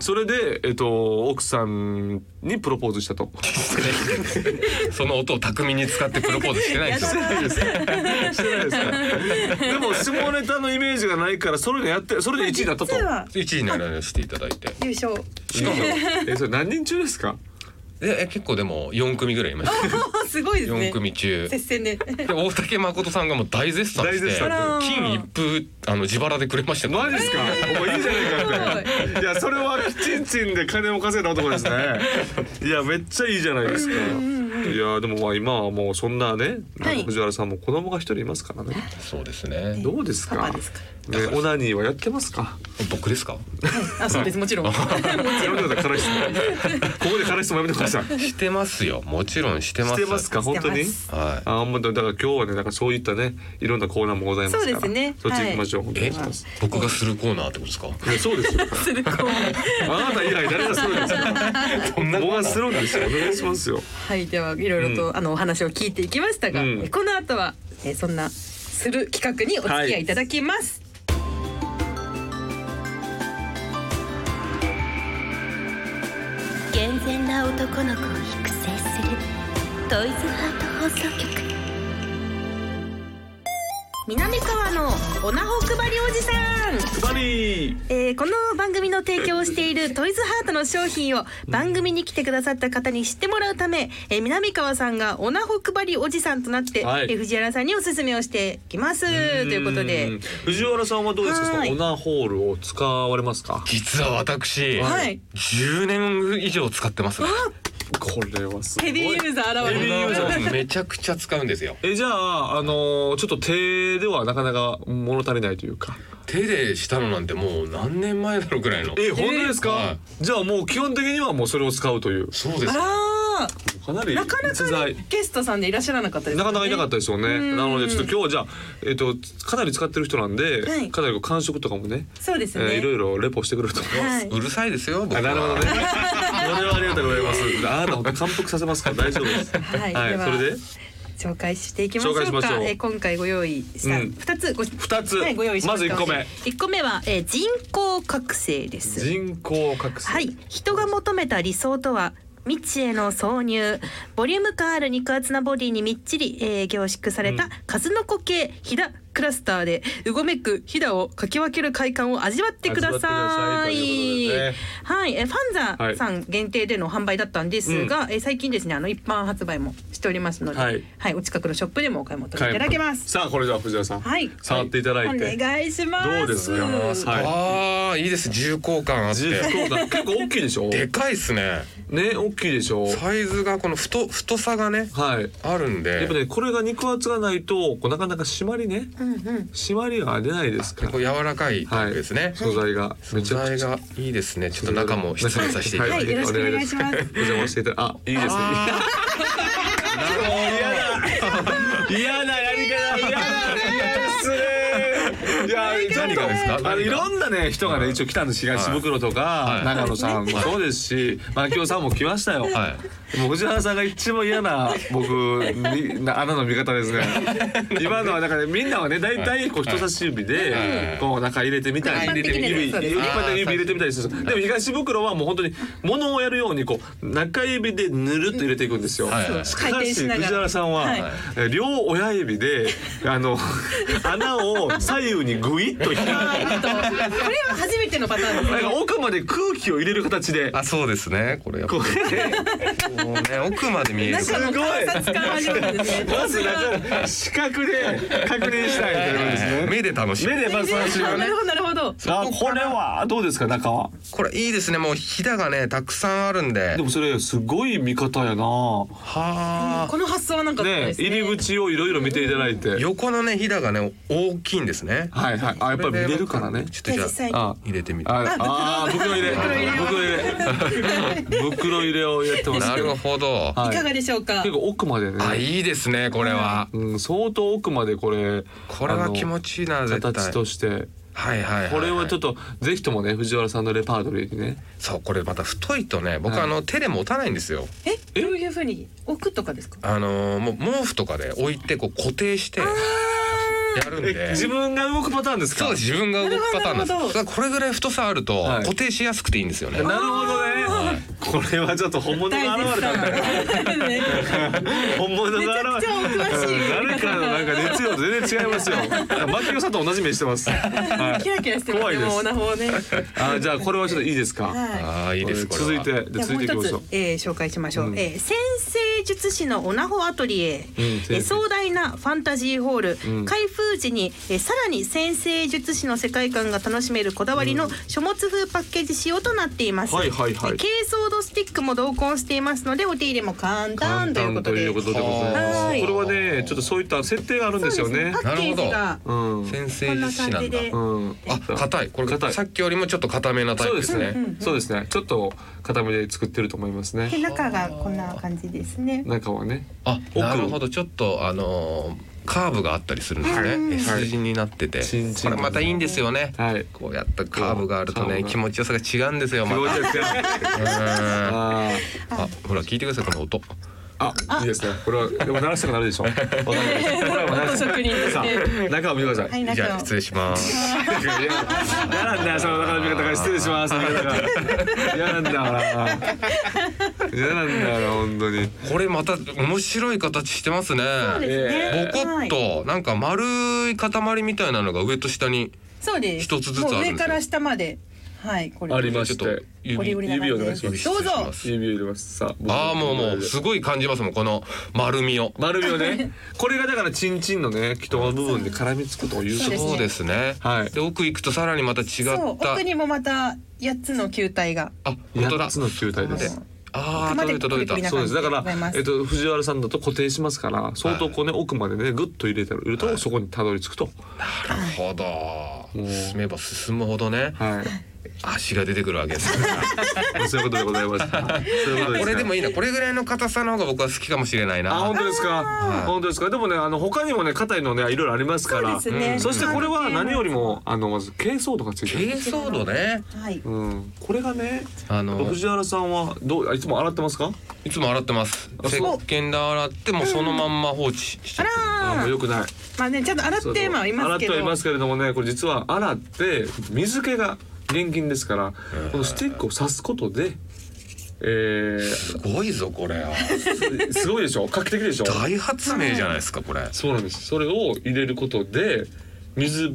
Speaker 2: それでえっと奥さんにプロポーズし
Speaker 1: [LAUGHS]
Speaker 2: たと。
Speaker 3: [LAUGHS] その音を巧みに使ってプロポーズしてないんですよ
Speaker 2: してないです。してないですか。でも下ネタのイメージがないからそれでやってそれで一位だったと。
Speaker 1: 実は
Speaker 3: 1位にならしていただいて
Speaker 1: 優勝。 [LAUGHS]
Speaker 2: しかもえそれ何人中ですか。
Speaker 3: でえ結構でも4組ぐらいいました
Speaker 1: おすごいですね。
Speaker 3: 4組中
Speaker 1: 接戦で。
Speaker 3: で大竹誠さんがもう大絶賛
Speaker 2: 大
Speaker 3: し
Speaker 2: 絶
Speaker 3: て
Speaker 2: 賛
Speaker 3: 金一封あの自腹でくれましたから
Speaker 2: マジですか。お前いいじゃないか
Speaker 1: す
Speaker 2: って。いやそれはチンチンで金を稼いだ男ですね。いやめっちゃいいじゃないですか。いやでもまあ今はもうそんなね、
Speaker 1: はい
Speaker 2: 藤原さんも子供が一人いますからね。
Speaker 3: そうですね
Speaker 2: どうですか。
Speaker 1: パパですか
Speaker 2: ねオナニーはやってますか。
Speaker 3: 僕ですか
Speaker 1: あそうですも
Speaker 2: [LAUGHS]
Speaker 1: ちろん。
Speaker 2: やめてください辛い質問。ここで辛い質問やめてください。し
Speaker 3: してますよもちろんしてます
Speaker 2: てますか本当に
Speaker 1: して。ます
Speaker 3: は
Speaker 2: あもうだから今日はねなんかそういったねいろんなコーナーもございますから。
Speaker 1: そうですね
Speaker 2: そっち行きましょう。本
Speaker 3: い
Speaker 2: 当に
Speaker 3: え僕がするコーナーってことですか
Speaker 2: いやそう [LAUGHS] ですよ。
Speaker 1: するこう
Speaker 2: あなた以外誰がするんですか。
Speaker 3: んなコーナー
Speaker 2: 僕がするんですよ。お願いしますよ。
Speaker 1: はいではいろいろと、あのお話を聞いていきましたが、
Speaker 2: うん
Speaker 1: この後はえそんなする企画にお付き合いいただきます。
Speaker 5: 健全な男の子を育成するトイズハート放送局
Speaker 1: 南川のおなほ配りおじさん。
Speaker 2: ズバリー。
Speaker 1: えーこの番組の提供をしているトイズハートの商品を番組に来てくださった方に知ってもらうため、えー南川さんがおなほ配りおじさんとなって、
Speaker 2: は
Speaker 1: え
Speaker 2: い
Speaker 1: ー藤原さんにおすすめをしていきますということ
Speaker 2: うん
Speaker 1: で。
Speaker 2: 藤原さんはどうですか。そ
Speaker 1: は
Speaker 2: の
Speaker 1: い
Speaker 2: オナホールを使われますか。
Speaker 3: 実は私、
Speaker 1: はい
Speaker 3: 10年以上使ってますね
Speaker 1: あ
Speaker 2: これはすごい
Speaker 1: ヘビーユーザー現
Speaker 6: ヘビ
Speaker 1: れ
Speaker 6: ー
Speaker 1: る
Speaker 6: ユーザー
Speaker 3: めちゃくちゃ使うんですよ。
Speaker 2: えじゃああのーちょっと手ではなかなか物足りないというか
Speaker 3: 手でしたのなんてもう何年前だろうぐらいの。
Speaker 2: え本当ですか、
Speaker 3: は
Speaker 2: じゃあもう基本的にはもうそれを使うという
Speaker 3: そうですね。
Speaker 1: あ
Speaker 2: かな
Speaker 1: ー
Speaker 2: り
Speaker 1: なかな
Speaker 2: 逸
Speaker 1: か、
Speaker 2: 材
Speaker 1: ね、ゲストさんでいらっしゃらなかったです、ね、
Speaker 2: なかなかいなかったですよね。
Speaker 1: ん
Speaker 2: なのでちょっと今日じゃあ、えっとかなり使ってる人なんで、
Speaker 1: はい
Speaker 2: かなりこう感触とかもね、
Speaker 1: そうです
Speaker 2: え
Speaker 1: ね、
Speaker 2: ーいろいろレポしてくると思います。
Speaker 1: はい、
Speaker 3: うるさいですよ。僕
Speaker 2: あ
Speaker 3: は
Speaker 2: な
Speaker 1: [LAUGHS]
Speaker 2: るほどね。これはありがとうございます。あなた本当感服させますから大丈夫です。
Speaker 1: はいでは
Speaker 2: それで
Speaker 1: 紹介していきましょうか
Speaker 2: 紹介しましょう
Speaker 1: えー今回ご用意し
Speaker 2: う
Speaker 1: た
Speaker 2: ん
Speaker 1: 二つご、
Speaker 2: 二つ
Speaker 1: はい、ご用意しました
Speaker 2: まず一個目
Speaker 1: 一個目は、えー人工覚醒です
Speaker 2: 人工覚醒。
Speaker 1: はい、人が求めた理想とは未知への挿入ボリューム感ある肉厚なボディにみっちり、えー凝縮された数の子系ひだクラスターでうごめくひだをかき分ける快感を味わってください。
Speaker 2: 味わってくださいということですね
Speaker 1: はい、えーファンザさん限定での販売だったんですが、えー最近ですねあの一般発売もしておりますので、は
Speaker 2: はいい、
Speaker 1: お近くのショップでもお買い求めいただけます。
Speaker 2: さあこれじゃあ藤田さん、
Speaker 1: はい、
Speaker 2: 触っていただいて。
Speaker 1: お願いします。
Speaker 2: どうですかはい
Speaker 3: ああいいです。重厚感あっ
Speaker 2: 人
Speaker 3: て。
Speaker 2: 工が結構大きいでしょ。
Speaker 3: で
Speaker 2: ね
Speaker 3: かいですね。
Speaker 2: 大きいでしょ。
Speaker 3: サイズがこの太太さがね
Speaker 2: はい。
Speaker 3: あるん
Speaker 2: やっぱ
Speaker 3: で。
Speaker 2: ねこれが肉厚がないとこうなかなか締まりね
Speaker 1: うんうん、
Speaker 2: 締まりが出ないですか
Speaker 3: 結
Speaker 2: ら
Speaker 3: 構。柔らかいタイプですね。
Speaker 2: 素材がめ
Speaker 3: 素
Speaker 2: ちゃく
Speaker 3: 材
Speaker 2: ちゃ。
Speaker 3: がいいですね。ちょっと中も失礼させていただ
Speaker 1: はいい、
Speaker 3: て。
Speaker 1: よろしくお願いします。
Speaker 2: お邪魔していただあいいですね。
Speaker 3: [LAUGHS]
Speaker 2: 嫌だやり方嫌だ嫌ですねいやちょっ
Speaker 3: 何
Speaker 2: と
Speaker 3: がですか
Speaker 2: あの
Speaker 3: 何
Speaker 2: い
Speaker 3: が
Speaker 2: ろんなね人がね一応来たんです東袋とか
Speaker 3: い
Speaker 2: 長野さんもそうですし牧雄さんも来ましたよ
Speaker 3: は
Speaker 2: もう藤原さんが一番嫌な僕にな穴の見方ですね今のはだからみんなはね大体こう人差し指
Speaker 3: は
Speaker 2: で
Speaker 3: い
Speaker 2: こう中入れてみたり
Speaker 1: 一般的
Speaker 2: 指
Speaker 1: にね
Speaker 2: 指一
Speaker 1: そうで
Speaker 2: 般的
Speaker 1: す
Speaker 2: に
Speaker 1: ね
Speaker 2: 指入れてみたりするんですよでも東袋はもう本当に物をやるようにこう中指でぬるっと入れていくんですよ
Speaker 3: はいはい
Speaker 2: し
Speaker 1: 回
Speaker 2: か
Speaker 1: 転
Speaker 2: し
Speaker 1: し
Speaker 2: 藤
Speaker 1: ながら
Speaker 2: 原さんは、
Speaker 1: はい
Speaker 2: えー両親指であ
Speaker 1: [LAUGHS]
Speaker 2: の穴を左右にグイッと引いてなん
Speaker 1: とこれは初めてのパターンですね。
Speaker 2: か奥まで空気を入れる形で
Speaker 3: あそうですね。これやっぱ
Speaker 2: こう
Speaker 3: こうね奥まで見える。
Speaker 1: 中の観察から始まるんですね。
Speaker 2: まずだから視覚で確認したいということですね。
Speaker 3: 目で楽しむ
Speaker 2: 目でまず最初は
Speaker 1: な
Speaker 2: ね
Speaker 1: る。ほどなるほど。
Speaker 2: あこれはどうですか中は。
Speaker 3: これいいですねもうひだがねたくさんあるんで
Speaker 2: でもそれすごい見方やな。
Speaker 3: は
Speaker 1: この発想はなんかった
Speaker 2: ね
Speaker 1: ですね。
Speaker 2: 入り口をいろいろ見ていただいて。
Speaker 3: あ横のねひだがね大きいんですね
Speaker 2: はいはい。あやっぱり見れるからね。
Speaker 3: ちょっとじ
Speaker 1: 実際
Speaker 3: ゃ
Speaker 1: に
Speaker 3: あ
Speaker 2: あ
Speaker 3: 入れてみる
Speaker 2: ああ袋入れ袋入れ袋入れをやってます
Speaker 3: な
Speaker 2: けど
Speaker 3: るほど
Speaker 2: はい
Speaker 1: かがでしょうか。
Speaker 2: 結構奥までね
Speaker 3: あいいですねこれは
Speaker 2: うん、相当奥までこれ
Speaker 3: これは気持ちいいな
Speaker 2: あの
Speaker 3: 絶対
Speaker 2: 形として
Speaker 3: はいはいはい
Speaker 2: これはちょっ
Speaker 3: と
Speaker 2: とぜひともね藤原さんのレパートリーにね
Speaker 3: そうこれまた太いとね僕
Speaker 2: はい
Speaker 3: あの手で持たないんですよ
Speaker 1: えどういう風に置くとかですか。
Speaker 3: あのもう毛布とかで置いてこう固定してやるんで
Speaker 2: 自分が動くパターンですか
Speaker 3: そうです自分が動くパターンなんで
Speaker 1: なるほ
Speaker 3: す
Speaker 1: ど
Speaker 3: だからこれぐらい太さあると
Speaker 2: はい
Speaker 3: 固定しやすくていいんですよね
Speaker 2: なるほどね、これはちょっと本物が現れたんだよ
Speaker 1: ね
Speaker 2: 本物が現れた
Speaker 1: めちゃくちゃお詳しい
Speaker 2: 誰かのなんか熱量と全然違いますよ牧野さんと同じ目してます、は
Speaker 1: [LAUGHS] キラキラしてます
Speaker 2: 怖い
Speaker 1: ね。
Speaker 2: です
Speaker 1: もうなほね。
Speaker 2: い、あじゃあこれはちょっといいですか、
Speaker 1: はい。
Speaker 3: ああいいですこれは
Speaker 2: 続いてで
Speaker 1: じゃあ
Speaker 2: 続
Speaker 1: も
Speaker 2: いうていきましょ
Speaker 1: 一
Speaker 2: う
Speaker 1: つ、えー紹介しましょう、
Speaker 2: うん
Speaker 1: えー先生術師のオナホアトリエ、えー壮大なファンタジーホール、
Speaker 2: うん
Speaker 1: 開封時に、えーさらに先生術師の世界観が楽しめるこだわりの書物風パッケージ仕様となっています、
Speaker 2: はいはいは
Speaker 1: で
Speaker 2: い
Speaker 1: 珪藻土スティックも同梱していますのでお手入れも簡単ということで
Speaker 2: 簡単ということでございます
Speaker 1: はい
Speaker 2: これはねちょっとそういった設定があるんですよね
Speaker 1: そうパッケージが
Speaker 2: うん
Speaker 3: 先
Speaker 1: こ
Speaker 3: 生
Speaker 1: んな
Speaker 3: 術師な
Speaker 1: 感じ
Speaker 3: んだ
Speaker 1: で
Speaker 2: うん
Speaker 3: あ硬いこれ
Speaker 2: 硬い
Speaker 3: さっきよりもちょっと硬めなタイ
Speaker 2: そうで
Speaker 3: プですす
Speaker 2: ね、
Speaker 3: ね
Speaker 2: そうですねちょっと固めで作ってると思いますね
Speaker 1: で中がこんな感じですね
Speaker 2: 中はね
Speaker 3: あ
Speaker 2: 奥
Speaker 3: なるほどちょっとあのーカーブがあったりするんですね、
Speaker 1: うん
Speaker 3: S 字になってて、
Speaker 2: チンチン
Speaker 3: これまたいいんですよね、
Speaker 2: はい
Speaker 3: こうやったカーブがある
Speaker 2: カ
Speaker 3: と
Speaker 2: ーブ
Speaker 3: ね
Speaker 2: が
Speaker 3: 気持ちよさが違うんですよまた
Speaker 2: 気持 [LAUGHS] ち悪い
Speaker 3: うん
Speaker 2: あー
Speaker 3: あほら聞いてくださいこの音
Speaker 2: あ、いいですね。これは、でも鳴らしたくなるでしょ。
Speaker 3: [LAUGHS]
Speaker 2: わかりましたこれは鳴らした
Speaker 1: 職人とし
Speaker 2: さ
Speaker 1: て
Speaker 2: あ、中を見てくださ。
Speaker 1: はいい
Speaker 3: じ
Speaker 1: 中
Speaker 3: ゃ
Speaker 1: を
Speaker 3: あ失礼します
Speaker 2: 嫌なんだよ、その中の見方が失礼します。嫌なんだよな。嫌なんだよな、本当に。
Speaker 3: これまた面白い形してますね
Speaker 1: そうですね
Speaker 2: え
Speaker 3: ボコ
Speaker 1: は
Speaker 3: ッ
Speaker 1: い
Speaker 3: となんか丸い塊みたいなのが上と下に
Speaker 1: そうです
Speaker 3: 一つずつあるんですよ
Speaker 1: もう上から下まではいこれ
Speaker 2: ありま
Speaker 3: ちょ
Speaker 2: し
Speaker 3: っと
Speaker 2: て。
Speaker 1: オリ
Speaker 3: 指
Speaker 1: オリ
Speaker 3: 指
Speaker 1: な
Speaker 2: 指をお願いします
Speaker 1: 感じですどうぞ
Speaker 2: 指を入れます。さあ、僕
Speaker 3: ああもうもうすごい感じますもんこの丸みを
Speaker 2: 丸みをね、これがだからチンチンのね、気の部分で絡みつくという
Speaker 1: そうですね
Speaker 3: そうですね。
Speaker 2: はい
Speaker 3: で奥行くとさらにまた違っ
Speaker 1: そう
Speaker 3: た
Speaker 1: 奥。にもまた八つの球体が
Speaker 3: あ本当だ
Speaker 2: 八つ。の球体です。
Speaker 3: ああ
Speaker 1: 奥まで
Speaker 3: 届いた
Speaker 1: 取り
Speaker 3: 届いた
Speaker 2: そうですだか
Speaker 1: ありがとうございま
Speaker 2: ら、
Speaker 1: す
Speaker 2: えっと、藤原さんだと固定しますから相当こうね、奥までねグッと入れてると、そこにたどり着くと、
Speaker 3: なるほど進めば進むほどね
Speaker 2: はい、
Speaker 3: 足が出てくるわけです
Speaker 2: [LAUGHS] そういうことでございました。そういう [LAUGHS] ことですね
Speaker 3: これでもいいなこれぐらいの硬さの方が僕は好きかもしれない
Speaker 2: あ
Speaker 3: な
Speaker 2: 本当ですか、本当ですかでもねあの他にもね硬いのねいろいろありますから
Speaker 1: そうですね
Speaker 2: んそしてこれは何よりもあのまず珪藻土がついてる、
Speaker 3: 軽装度ね
Speaker 1: はい。
Speaker 2: うん、これがね
Speaker 3: あの
Speaker 2: 藤原さんはどういつも洗ってますか
Speaker 3: いつも洗ってます
Speaker 2: あ
Speaker 3: 石
Speaker 2: そう
Speaker 3: 鹸で洗ってもうそのまんま放置しち
Speaker 1: あ
Speaker 3: ゃう
Speaker 2: あ
Speaker 1: ら
Speaker 2: あ
Speaker 1: ー
Speaker 2: よくない
Speaker 1: まあねちゃんと洗ってはいますけど。
Speaker 2: 洗ってはいますけれどもねこれ実は洗って水気が現金ですからこのスティックを刺すことでえ
Speaker 3: すごいぞこれは
Speaker 2: ー、すごいでしょ画期的でしょ
Speaker 3: 大発明じゃないですかこれ
Speaker 2: そうなんですそれを入れることで水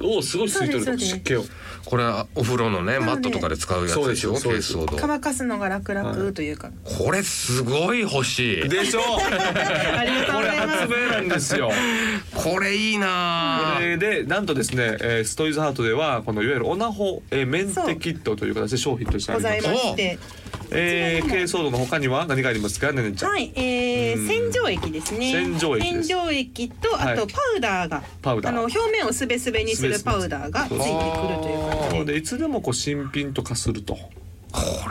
Speaker 2: をすごい吸い取
Speaker 1: そう
Speaker 2: る
Speaker 1: です
Speaker 2: 湿気を
Speaker 3: これはお風呂のね
Speaker 1: ので
Speaker 3: マットとかで使うやつでしょ
Speaker 2: そう
Speaker 3: 軽
Speaker 2: です
Speaker 3: 装度
Speaker 1: 乾かすのが楽々と
Speaker 2: [LAUGHS]
Speaker 1: いうか。
Speaker 3: これすごい欲しい
Speaker 1: [LAUGHS]
Speaker 2: でしょ
Speaker 1: ありがとう
Speaker 2: こ
Speaker 1: ご
Speaker 2: れ
Speaker 1: ざいます
Speaker 2: 発。明なんですよ。
Speaker 3: これいいな
Speaker 2: これでなんとですね、えーストイズハートではこのいわゆるオナホ、えー、メンテキットという形で商品としてあ
Speaker 1: ご
Speaker 2: りま
Speaker 1: ざ
Speaker 2: す
Speaker 1: い。まして。
Speaker 2: えー、軽装度の他には何がありますかねねちゃん、
Speaker 1: はい、え
Speaker 2: う
Speaker 1: ー、
Speaker 2: ん
Speaker 1: 洗浄液ですね。
Speaker 2: 洗浄液で
Speaker 1: 洗
Speaker 2: す
Speaker 1: 浄液と、
Speaker 2: はい
Speaker 1: あとパウダーが。
Speaker 2: パウダー
Speaker 1: あの表面をすべすべにするパウダーがついてくるという
Speaker 2: な
Speaker 1: 感
Speaker 2: の
Speaker 1: じで。
Speaker 2: でいつでもこう新品と化すると
Speaker 3: こ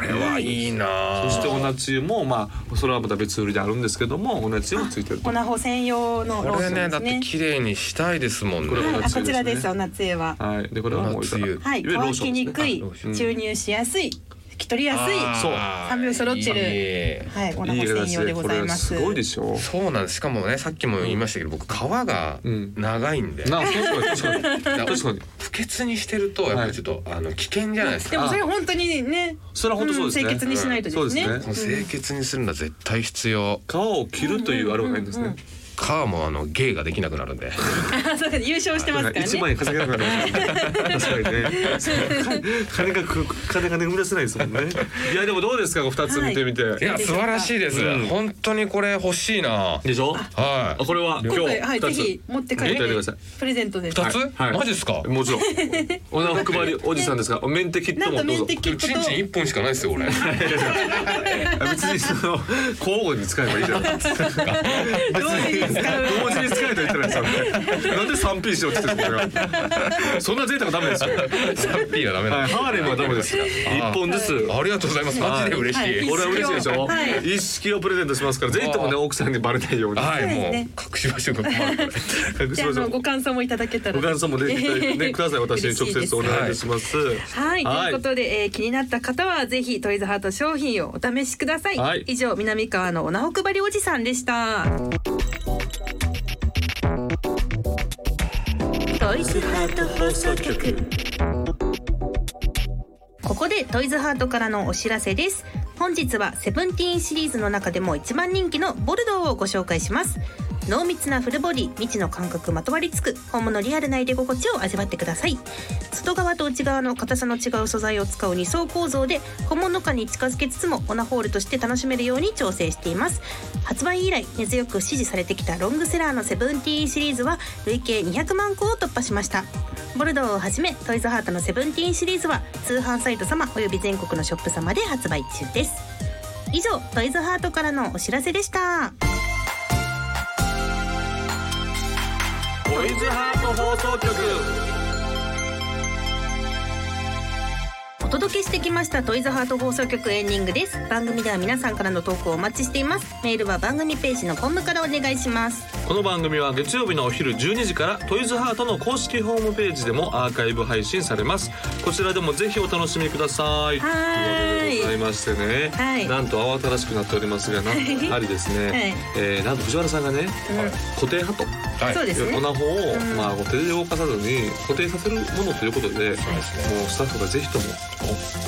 Speaker 3: れはいいな
Speaker 2: そしてオナつゆもまあそれはまた別売りであるんですけどもオナつゆもついてると
Speaker 1: 粉穂専用の
Speaker 3: こ
Speaker 1: ロー
Speaker 3: れ
Speaker 1: ション
Speaker 3: ね
Speaker 1: で
Speaker 3: だ
Speaker 1: す
Speaker 3: って
Speaker 1: ね。
Speaker 3: 綺麗にしたいですもん
Speaker 2: これ
Speaker 3: ね
Speaker 1: あ、こちらで
Speaker 2: 夏です
Speaker 1: す。
Speaker 2: ね
Speaker 1: お夏絵は。
Speaker 2: はいでこれはもう
Speaker 3: 夏湯
Speaker 1: はい、
Speaker 2: いわゆるロ
Speaker 1: 乾
Speaker 2: ーショ
Speaker 1: き
Speaker 2: ンですね
Speaker 1: にくい
Speaker 3: あローショ、ン
Speaker 1: 注入しやすい、拭き取りやすい。は
Speaker 2: そう
Speaker 3: あー
Speaker 1: 三拍子揃ってる
Speaker 3: いい
Speaker 1: い、粉
Speaker 2: いい
Speaker 1: 穂専
Speaker 2: 形
Speaker 1: 用で
Speaker 2: で
Speaker 1: ご
Speaker 2: こ
Speaker 1: ざい
Speaker 2: れ
Speaker 1: ます。
Speaker 2: すごいでしょ
Speaker 3: そうなんですしかもねさっきも言いましたけど僕皮が
Speaker 2: うん
Speaker 3: 長いんで、
Speaker 2: なあ確かに
Speaker 1: [LAUGHS]
Speaker 2: 確かに確かに
Speaker 3: 不潔にしてるとやっぱりちょっと、あの危険じゃないです
Speaker 1: で
Speaker 3: か
Speaker 1: もそれ本当にね、
Speaker 2: それは本当そうですね
Speaker 1: ん清潔にしないとですね。
Speaker 2: そうです
Speaker 3: この清潔にするのは絶対必要
Speaker 2: 皮を切るというあれはないんですね、
Speaker 1: うんうん
Speaker 3: 皮もあの芸ができなくなるんで
Speaker 1: あそうか優勝してますから
Speaker 2: 一万
Speaker 1: ね。
Speaker 2: 円稼げなくなりますね。確かにね。
Speaker 1: [LAUGHS]
Speaker 2: 金がく金がね生み出せないですもんね。いやでもどうですかこう二つ見てみて。
Speaker 3: いや素晴らしいです、
Speaker 2: うん
Speaker 3: 本当にこれ欲しいな
Speaker 2: でしょ。あ
Speaker 3: は
Speaker 2: これは今
Speaker 1: 今
Speaker 2: 日
Speaker 1: 回はい、ぜ
Speaker 2: 二つ。
Speaker 1: ひ持って帰っ
Speaker 2: 持っ
Speaker 1: て
Speaker 2: て帰ってください
Speaker 1: プレゼントで
Speaker 3: い
Speaker 1: す。
Speaker 3: 2つ、
Speaker 2: はい
Speaker 3: マジっすか
Speaker 2: もちろん。お名前配りおじさんですから。メンテキッ
Speaker 1: な
Speaker 2: ト
Speaker 1: ん
Speaker 2: も
Speaker 1: と
Speaker 2: どう
Speaker 1: メ
Speaker 2: ぞ
Speaker 1: ンテ。キ
Speaker 3: でも
Speaker 1: ット
Speaker 3: チ
Speaker 1: と
Speaker 3: ンチン一本しかないですよ俺
Speaker 2: 別にその交互に使えばいいじゃないですか。
Speaker 1: 同時に
Speaker 2: [LAUGHS]
Speaker 1: 使う。
Speaker 2: 同時に使えと言ってないですよね。なんで三 P しようって言ってるんですか。そんな贅沢ダメですよ。
Speaker 3: 3P はダメ
Speaker 2: は
Speaker 3: ないん
Speaker 2: ハーレムはダメですよ。
Speaker 3: あー
Speaker 2: 一本ずつ。
Speaker 3: ありがとうございますマジで嬉しい、
Speaker 1: はい
Speaker 2: 俺は嬉しいでしょ、
Speaker 1: はい
Speaker 2: 一式をプレゼントしますからぜひともね
Speaker 3: あ
Speaker 2: 奥さんにバレないように
Speaker 3: はい、
Speaker 1: そうです
Speaker 3: もう
Speaker 1: ね
Speaker 3: 隠し場所が困る。
Speaker 2: 隠
Speaker 1: じ
Speaker 2: し
Speaker 1: ゃあ
Speaker 2: ましょ
Speaker 1: の
Speaker 2: う
Speaker 1: ご感想もいただけたら。
Speaker 2: ご感想もねねください私に直接お
Speaker 1: 嬉しいです
Speaker 2: 願いいたします
Speaker 1: はい、ということで、えー、気になった方はぜひトイズハート商品をお試しください。
Speaker 2: はい
Speaker 1: 以上南川のおなほくばりおじさんでした。
Speaker 7: トイズハート放送局
Speaker 1: ここでトイズハートからのお知らせです本日はセブンティーンシリーズの中でも一番人気のボルドーをご紹介します濃密なフルボディ未知の感覚まとわりつく本物リアルな入れ心地を味わってください外側と内側の硬さの違う素材を使う2層構造で本物感に近づけつつもオナホールとして楽しめるように調整しています発売以来根強く支持されてきたロングセラーのセブンティーンシリーズは累計200万個を突破しましたボルドーをはじめトイズハートのセブンティーンシリーズは通販サイト様および全国のショップ様で発売中です以上トイズハートからのお知らせでした
Speaker 2: トイズハート放送局
Speaker 1: お届けしてきましたトイズハート放送局エンディングです番組では皆さんからの投稿をお待ちしていますメールは番組ページのフォームからお願いします
Speaker 2: この番組は月曜日のお昼12時からトイズハートの公式ホームページでもアーカイブ配信されますこちらでもぜひお楽しみください
Speaker 1: はーい
Speaker 2: ということでございましてね、
Speaker 1: はい
Speaker 2: なんと慌ただしくなっておりますがなんとやはりですね、
Speaker 1: はい
Speaker 2: えーなんと藤原さんがね、固定派と
Speaker 3: はい
Speaker 1: そうですね
Speaker 2: オナホを、
Speaker 1: ん
Speaker 2: まあ、手で動かさずに固定させるものということで、もう
Speaker 3: すね
Speaker 2: スタッフがぜひとも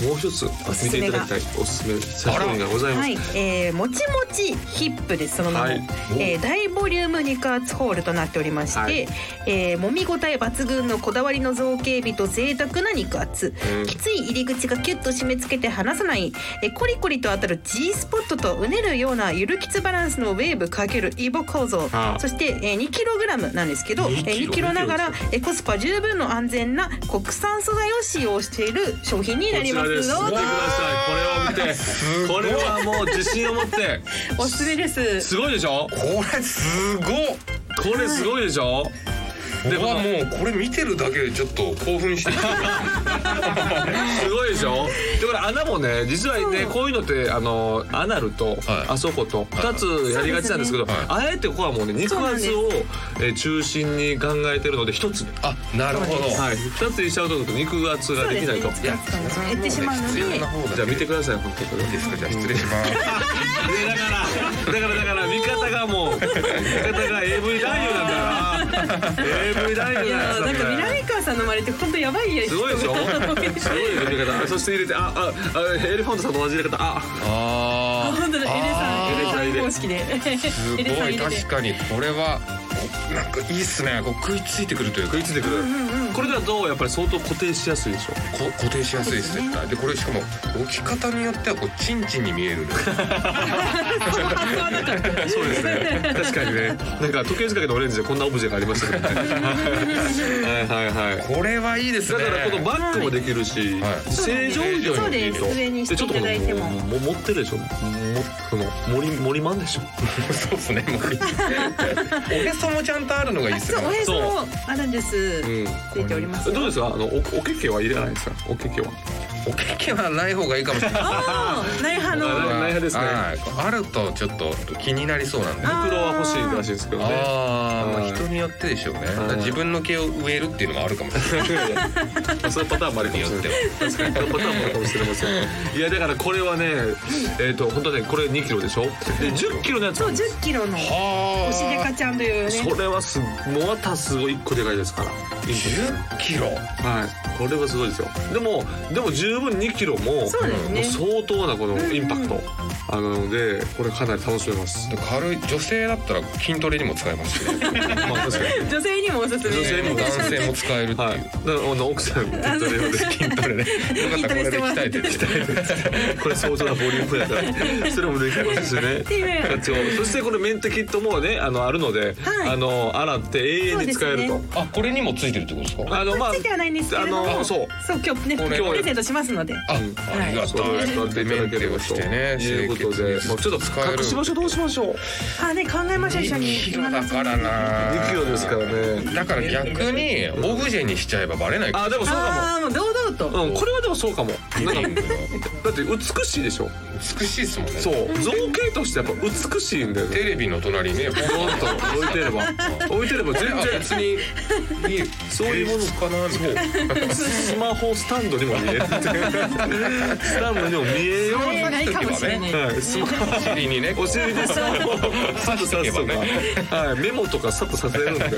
Speaker 2: もう一つ
Speaker 1: す
Speaker 2: 見
Speaker 1: す
Speaker 2: てい
Speaker 1: めが
Speaker 2: ただきたいおすすめ写真がございます。
Speaker 1: はい、えー、もちもちヒップですその名も、
Speaker 2: はい
Speaker 1: えー大ボリューム肉厚ホールとなっておりまして、
Speaker 2: はい
Speaker 1: えー揉み応え抜群のこだわりの造形美と贅沢な肉厚、
Speaker 2: うん
Speaker 1: きつい入り口がキュッと締め付けて離さない、えーコリコリと当たる G スポットとうねるようなゆるきつバランスのウェーブ×イボ構造
Speaker 2: ああ
Speaker 1: そして、えー、2kg なんですけど
Speaker 2: 2
Speaker 1: 2
Speaker 2: kg
Speaker 1: えー2キロながらえーコスパ十分の安全な国産素材を使用している商品にになります
Speaker 2: こちらです
Speaker 1: どう
Speaker 2: 見て
Speaker 1: ぞ
Speaker 2: くださいこれを見てこれはもう自信を持って
Speaker 1: おすすめです
Speaker 2: すごいでしょ
Speaker 3: これすごっ
Speaker 2: これすごいでしょ、
Speaker 3: ではもうこれ見てるだけでちょっと興奮してきた
Speaker 2: すごいでしょでこれ穴もね実はね
Speaker 1: そう
Speaker 2: こういうのってあのアナルと、
Speaker 3: はい
Speaker 2: あそこと
Speaker 3: はい
Speaker 2: 2つやりがちなんですけど、
Speaker 3: そうですね
Speaker 2: あえてここはもうね肉厚を、えー中心に考えてるので1つ、
Speaker 3: あなるほど、
Speaker 2: はい、2つにしちゃうと肉厚ができないと、
Speaker 1: そう
Speaker 3: い
Speaker 1: で
Speaker 3: や
Speaker 1: 減ってしまうので
Speaker 3: 必要な方だけ
Speaker 2: じゃあ見てください本当にこれ
Speaker 3: いいですかじゃあ失礼します
Speaker 2: ねだからだからだから味方がもう味方が AV 男優なんだから AV 男
Speaker 1: い
Speaker 2: 優
Speaker 1: や
Speaker 2: な
Speaker 1: ー
Speaker 2: ん
Speaker 1: なんか
Speaker 2: だから
Speaker 1: 未来川さんの生まれって本当やばいや
Speaker 2: すごい
Speaker 1: [LAUGHS]
Speaker 2: でしょすごいですよ見方そして入れてあああエレファントさんと同じ入れ方あ
Speaker 3: あー
Speaker 1: 本当だエレさ
Speaker 3: あ
Speaker 1: ん
Speaker 3: ー
Speaker 1: エレさ
Speaker 2: エレさ
Speaker 1: ん
Speaker 2: ん
Speaker 1: 公式で
Speaker 3: す
Speaker 1: エレさ
Speaker 3: ご
Speaker 1: ん入
Speaker 3: い
Speaker 1: れて
Speaker 3: 確かにこれはこなんかいいっすねこう食いついてくるというか
Speaker 2: 食いついてくる、これだとやっぱり相当固定しやすいでしょ
Speaker 3: こ固定しやすいです絶対でこれしかも置き方によってはこうチンチンに見える
Speaker 2: そうですね確かにねなんか時計仕掛けのオレンジでこんなオブジェがありましたけどねはいはいはい
Speaker 3: [LAUGHS] これはいいです
Speaker 2: だ
Speaker 3: ね
Speaker 2: からこのバッグもできるし、
Speaker 3: はい
Speaker 2: 正常位でもいいと
Speaker 1: そうです上にしていただいても
Speaker 2: でちょっとこのも持ってるでしょもその森森マンでしょ
Speaker 3: そうですねもういいおへそもちゃんとあるのがいいっす
Speaker 1: そ
Speaker 3: ね
Speaker 1: うおへそもあるんです
Speaker 2: うん
Speaker 1: ついております
Speaker 2: どうですかあのおおけけは入れないんですかおけけは
Speaker 3: おけけはない方がいいかもしれない
Speaker 1: ああ内派の
Speaker 2: あない派ですね
Speaker 3: はいあるとちょっと気になりそうなんであ
Speaker 2: 袋は欲しいらしいですけどね
Speaker 3: あー、ま
Speaker 2: は
Speaker 3: あ
Speaker 2: い
Speaker 3: 人によってでしょうね
Speaker 2: い
Speaker 3: 自分の毛を植えるっていうのもあるかもしれな
Speaker 2: [LAUGHS]
Speaker 3: い [LAUGHS]
Speaker 2: そういうパターンもあるかもしれない確 [LAUGHS] かにそういうパターンもあるかもしれませんいやだからこれはねえっ、と本当ねこれ2キロでしょで10キロのやつ
Speaker 1: そう1 0キロの
Speaker 3: は
Speaker 1: おしでかちゃんというね
Speaker 2: それはすもうたすごい1個でかいですから
Speaker 3: 10キロ
Speaker 2: はい、これはすごいですよでもでも十分2キロも
Speaker 1: そうですね
Speaker 2: もう相当なこの
Speaker 1: んうん
Speaker 2: インパクト、あのなのでこれかなり楽しめます、
Speaker 3: 軽い女性だったら筋トレにも使えますしね
Speaker 2: [LAUGHS] まあ確かに
Speaker 1: 女性にもおすすめ
Speaker 2: 女性にも
Speaker 3: 男性も使えるっていう、
Speaker 2: はい、だからあの奥さ
Speaker 1: [LAUGHS]
Speaker 2: ん筋トレをで
Speaker 3: 筋トレでよかったらこれで鍛えて鍛えて
Speaker 2: これ相当なボリュームやからそれもできますしね
Speaker 1: ていう
Speaker 2: 活用そしてこれメンテキットもねあのあるので、
Speaker 1: はい
Speaker 2: あの洗って永遠に使える
Speaker 1: そ
Speaker 2: と、
Speaker 1: う
Speaker 3: あこれにもついてるってことですか
Speaker 2: あのまあ
Speaker 1: ついてはないんですけれど
Speaker 2: あ
Speaker 1: も
Speaker 2: のそう
Speaker 1: そう今日ね
Speaker 3: こ
Speaker 1: プ
Speaker 3: れ
Speaker 2: 今日
Speaker 1: レゼントしますので
Speaker 3: あ
Speaker 1: い
Speaker 3: ありが
Speaker 2: そう
Speaker 3: たい
Speaker 2: 使っていただければということで、もうちょっと隠し場所どうしましょう
Speaker 1: あね考えましょう一緒に
Speaker 3: 2キロだからな
Speaker 2: 2キロですからね
Speaker 3: だから逆にオブジェにしちゃえばバレない
Speaker 2: あでもそうか
Speaker 1: ああもう堂々と
Speaker 2: も、うん、これはでもそうかもなんかだって美しいでしょ
Speaker 3: 美しいですもんね
Speaker 2: そう造形としてやっぱ美しいんだよね
Speaker 3: テレビの隣にねポン
Speaker 2: ボンと置いてれば置いてれば全然別に
Speaker 3: といい
Speaker 2: そういうもの
Speaker 3: かなみたいな
Speaker 2: スマホスタンドにも見えるっていうスタンドにも見えよ
Speaker 1: これはないかもしれない、
Speaker 2: う、はい、スマホ
Speaker 3: 尻にねこ
Speaker 2: お尻でスマホをさっとさすとか、はい、メモとかさっとさせるんで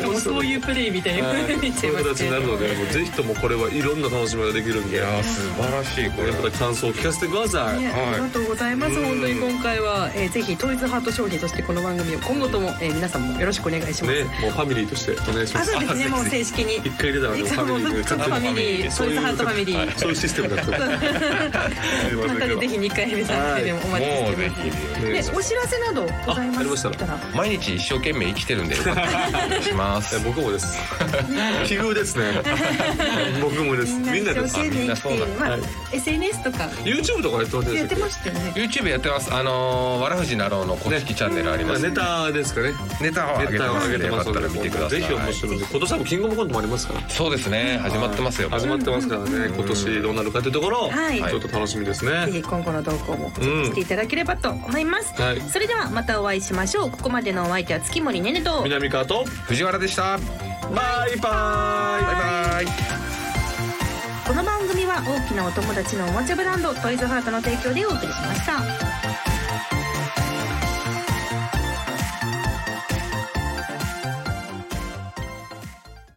Speaker 1: でもそういうプレイみたいな
Speaker 2: はい、
Speaker 1: 見
Speaker 2: そ
Speaker 1: ちゃ
Speaker 2: うい
Speaker 1: いうますけ
Speaker 2: 形に
Speaker 1: ど
Speaker 2: なるのでもうぜひともこれはいろんな楽しみができるん
Speaker 3: うい
Speaker 2: で
Speaker 3: やー素晴らしい
Speaker 2: こ
Speaker 3: こ
Speaker 2: れ
Speaker 3: れ
Speaker 2: また感想を聞かせてください、
Speaker 1: ね
Speaker 3: はい
Speaker 1: ありがとうございます。本当に今回は、えー、ぜひトイズハート商品としてこの番組を今後とも、えー、皆さんもよろしくお願いします。
Speaker 2: ね、もうファミリーとしてお願いしま
Speaker 1: あ、
Speaker 2: す。
Speaker 1: そうですね。もう正式に。
Speaker 2: 一回入れたらね
Speaker 1: い
Speaker 2: フ
Speaker 1: つも
Speaker 2: ァミリーで
Speaker 1: ずっとファミリー、
Speaker 2: そ
Speaker 1: ト
Speaker 2: う
Speaker 1: イズハートファミリ
Speaker 2: はい
Speaker 1: ー。
Speaker 2: そういうシステムだった。すいま
Speaker 1: な
Speaker 2: せん
Speaker 1: の
Speaker 2: け
Speaker 1: で
Speaker 2: ど
Speaker 1: ぜひ2回目3回目もお待ちして
Speaker 3: もう
Speaker 1: おり
Speaker 3: ぜ
Speaker 1: ます。
Speaker 3: ひ
Speaker 2: ね
Speaker 1: でお知らせなどございます
Speaker 2: あありましたら
Speaker 1: ら
Speaker 3: 毎日一生懸命生きてるんでよかっ
Speaker 2: [LAUGHS]
Speaker 3: たらお願いします
Speaker 2: え僕
Speaker 1: [LAUGHS]
Speaker 2: もです。奇遇ですね。僕もです。みんなです。
Speaker 1: みんな一生懸
Speaker 3: あみんな
Speaker 1: 命
Speaker 3: そう
Speaker 1: 生きて
Speaker 3: だ
Speaker 1: まあ
Speaker 2: はい
Speaker 1: SNS とか
Speaker 2: YouTube とかやってます
Speaker 1: やってま
Speaker 2: ね。
Speaker 1: したよね。
Speaker 3: YouTube やってますあのーわらふじなろうの公式チャンネルあります
Speaker 2: ネタですかね。
Speaker 3: ネタを上げ
Speaker 2: ネ
Speaker 3: て
Speaker 2: タ
Speaker 3: ますのでよか
Speaker 2: の
Speaker 3: った
Speaker 2: で
Speaker 3: ら見てください
Speaker 2: ぜひ面白いんで。今年はもうキングオブコントもありますから。
Speaker 3: そうですね始まってますよもう
Speaker 2: 始まってますからね。今年どうなるかというところ、
Speaker 1: はい
Speaker 2: ちょっと楽しみですね。
Speaker 1: ぜひ今後の動向もしていただければと思います。
Speaker 2: はい
Speaker 1: それではまたお会いしましょう。ここまでのお相手は月森ねねと。
Speaker 2: 南川と
Speaker 3: 藤原でした
Speaker 2: バイバイ。
Speaker 3: バイバイ
Speaker 1: この番組は大きなお友達のおもちゃブランドトイズハートの提供でお送りしました。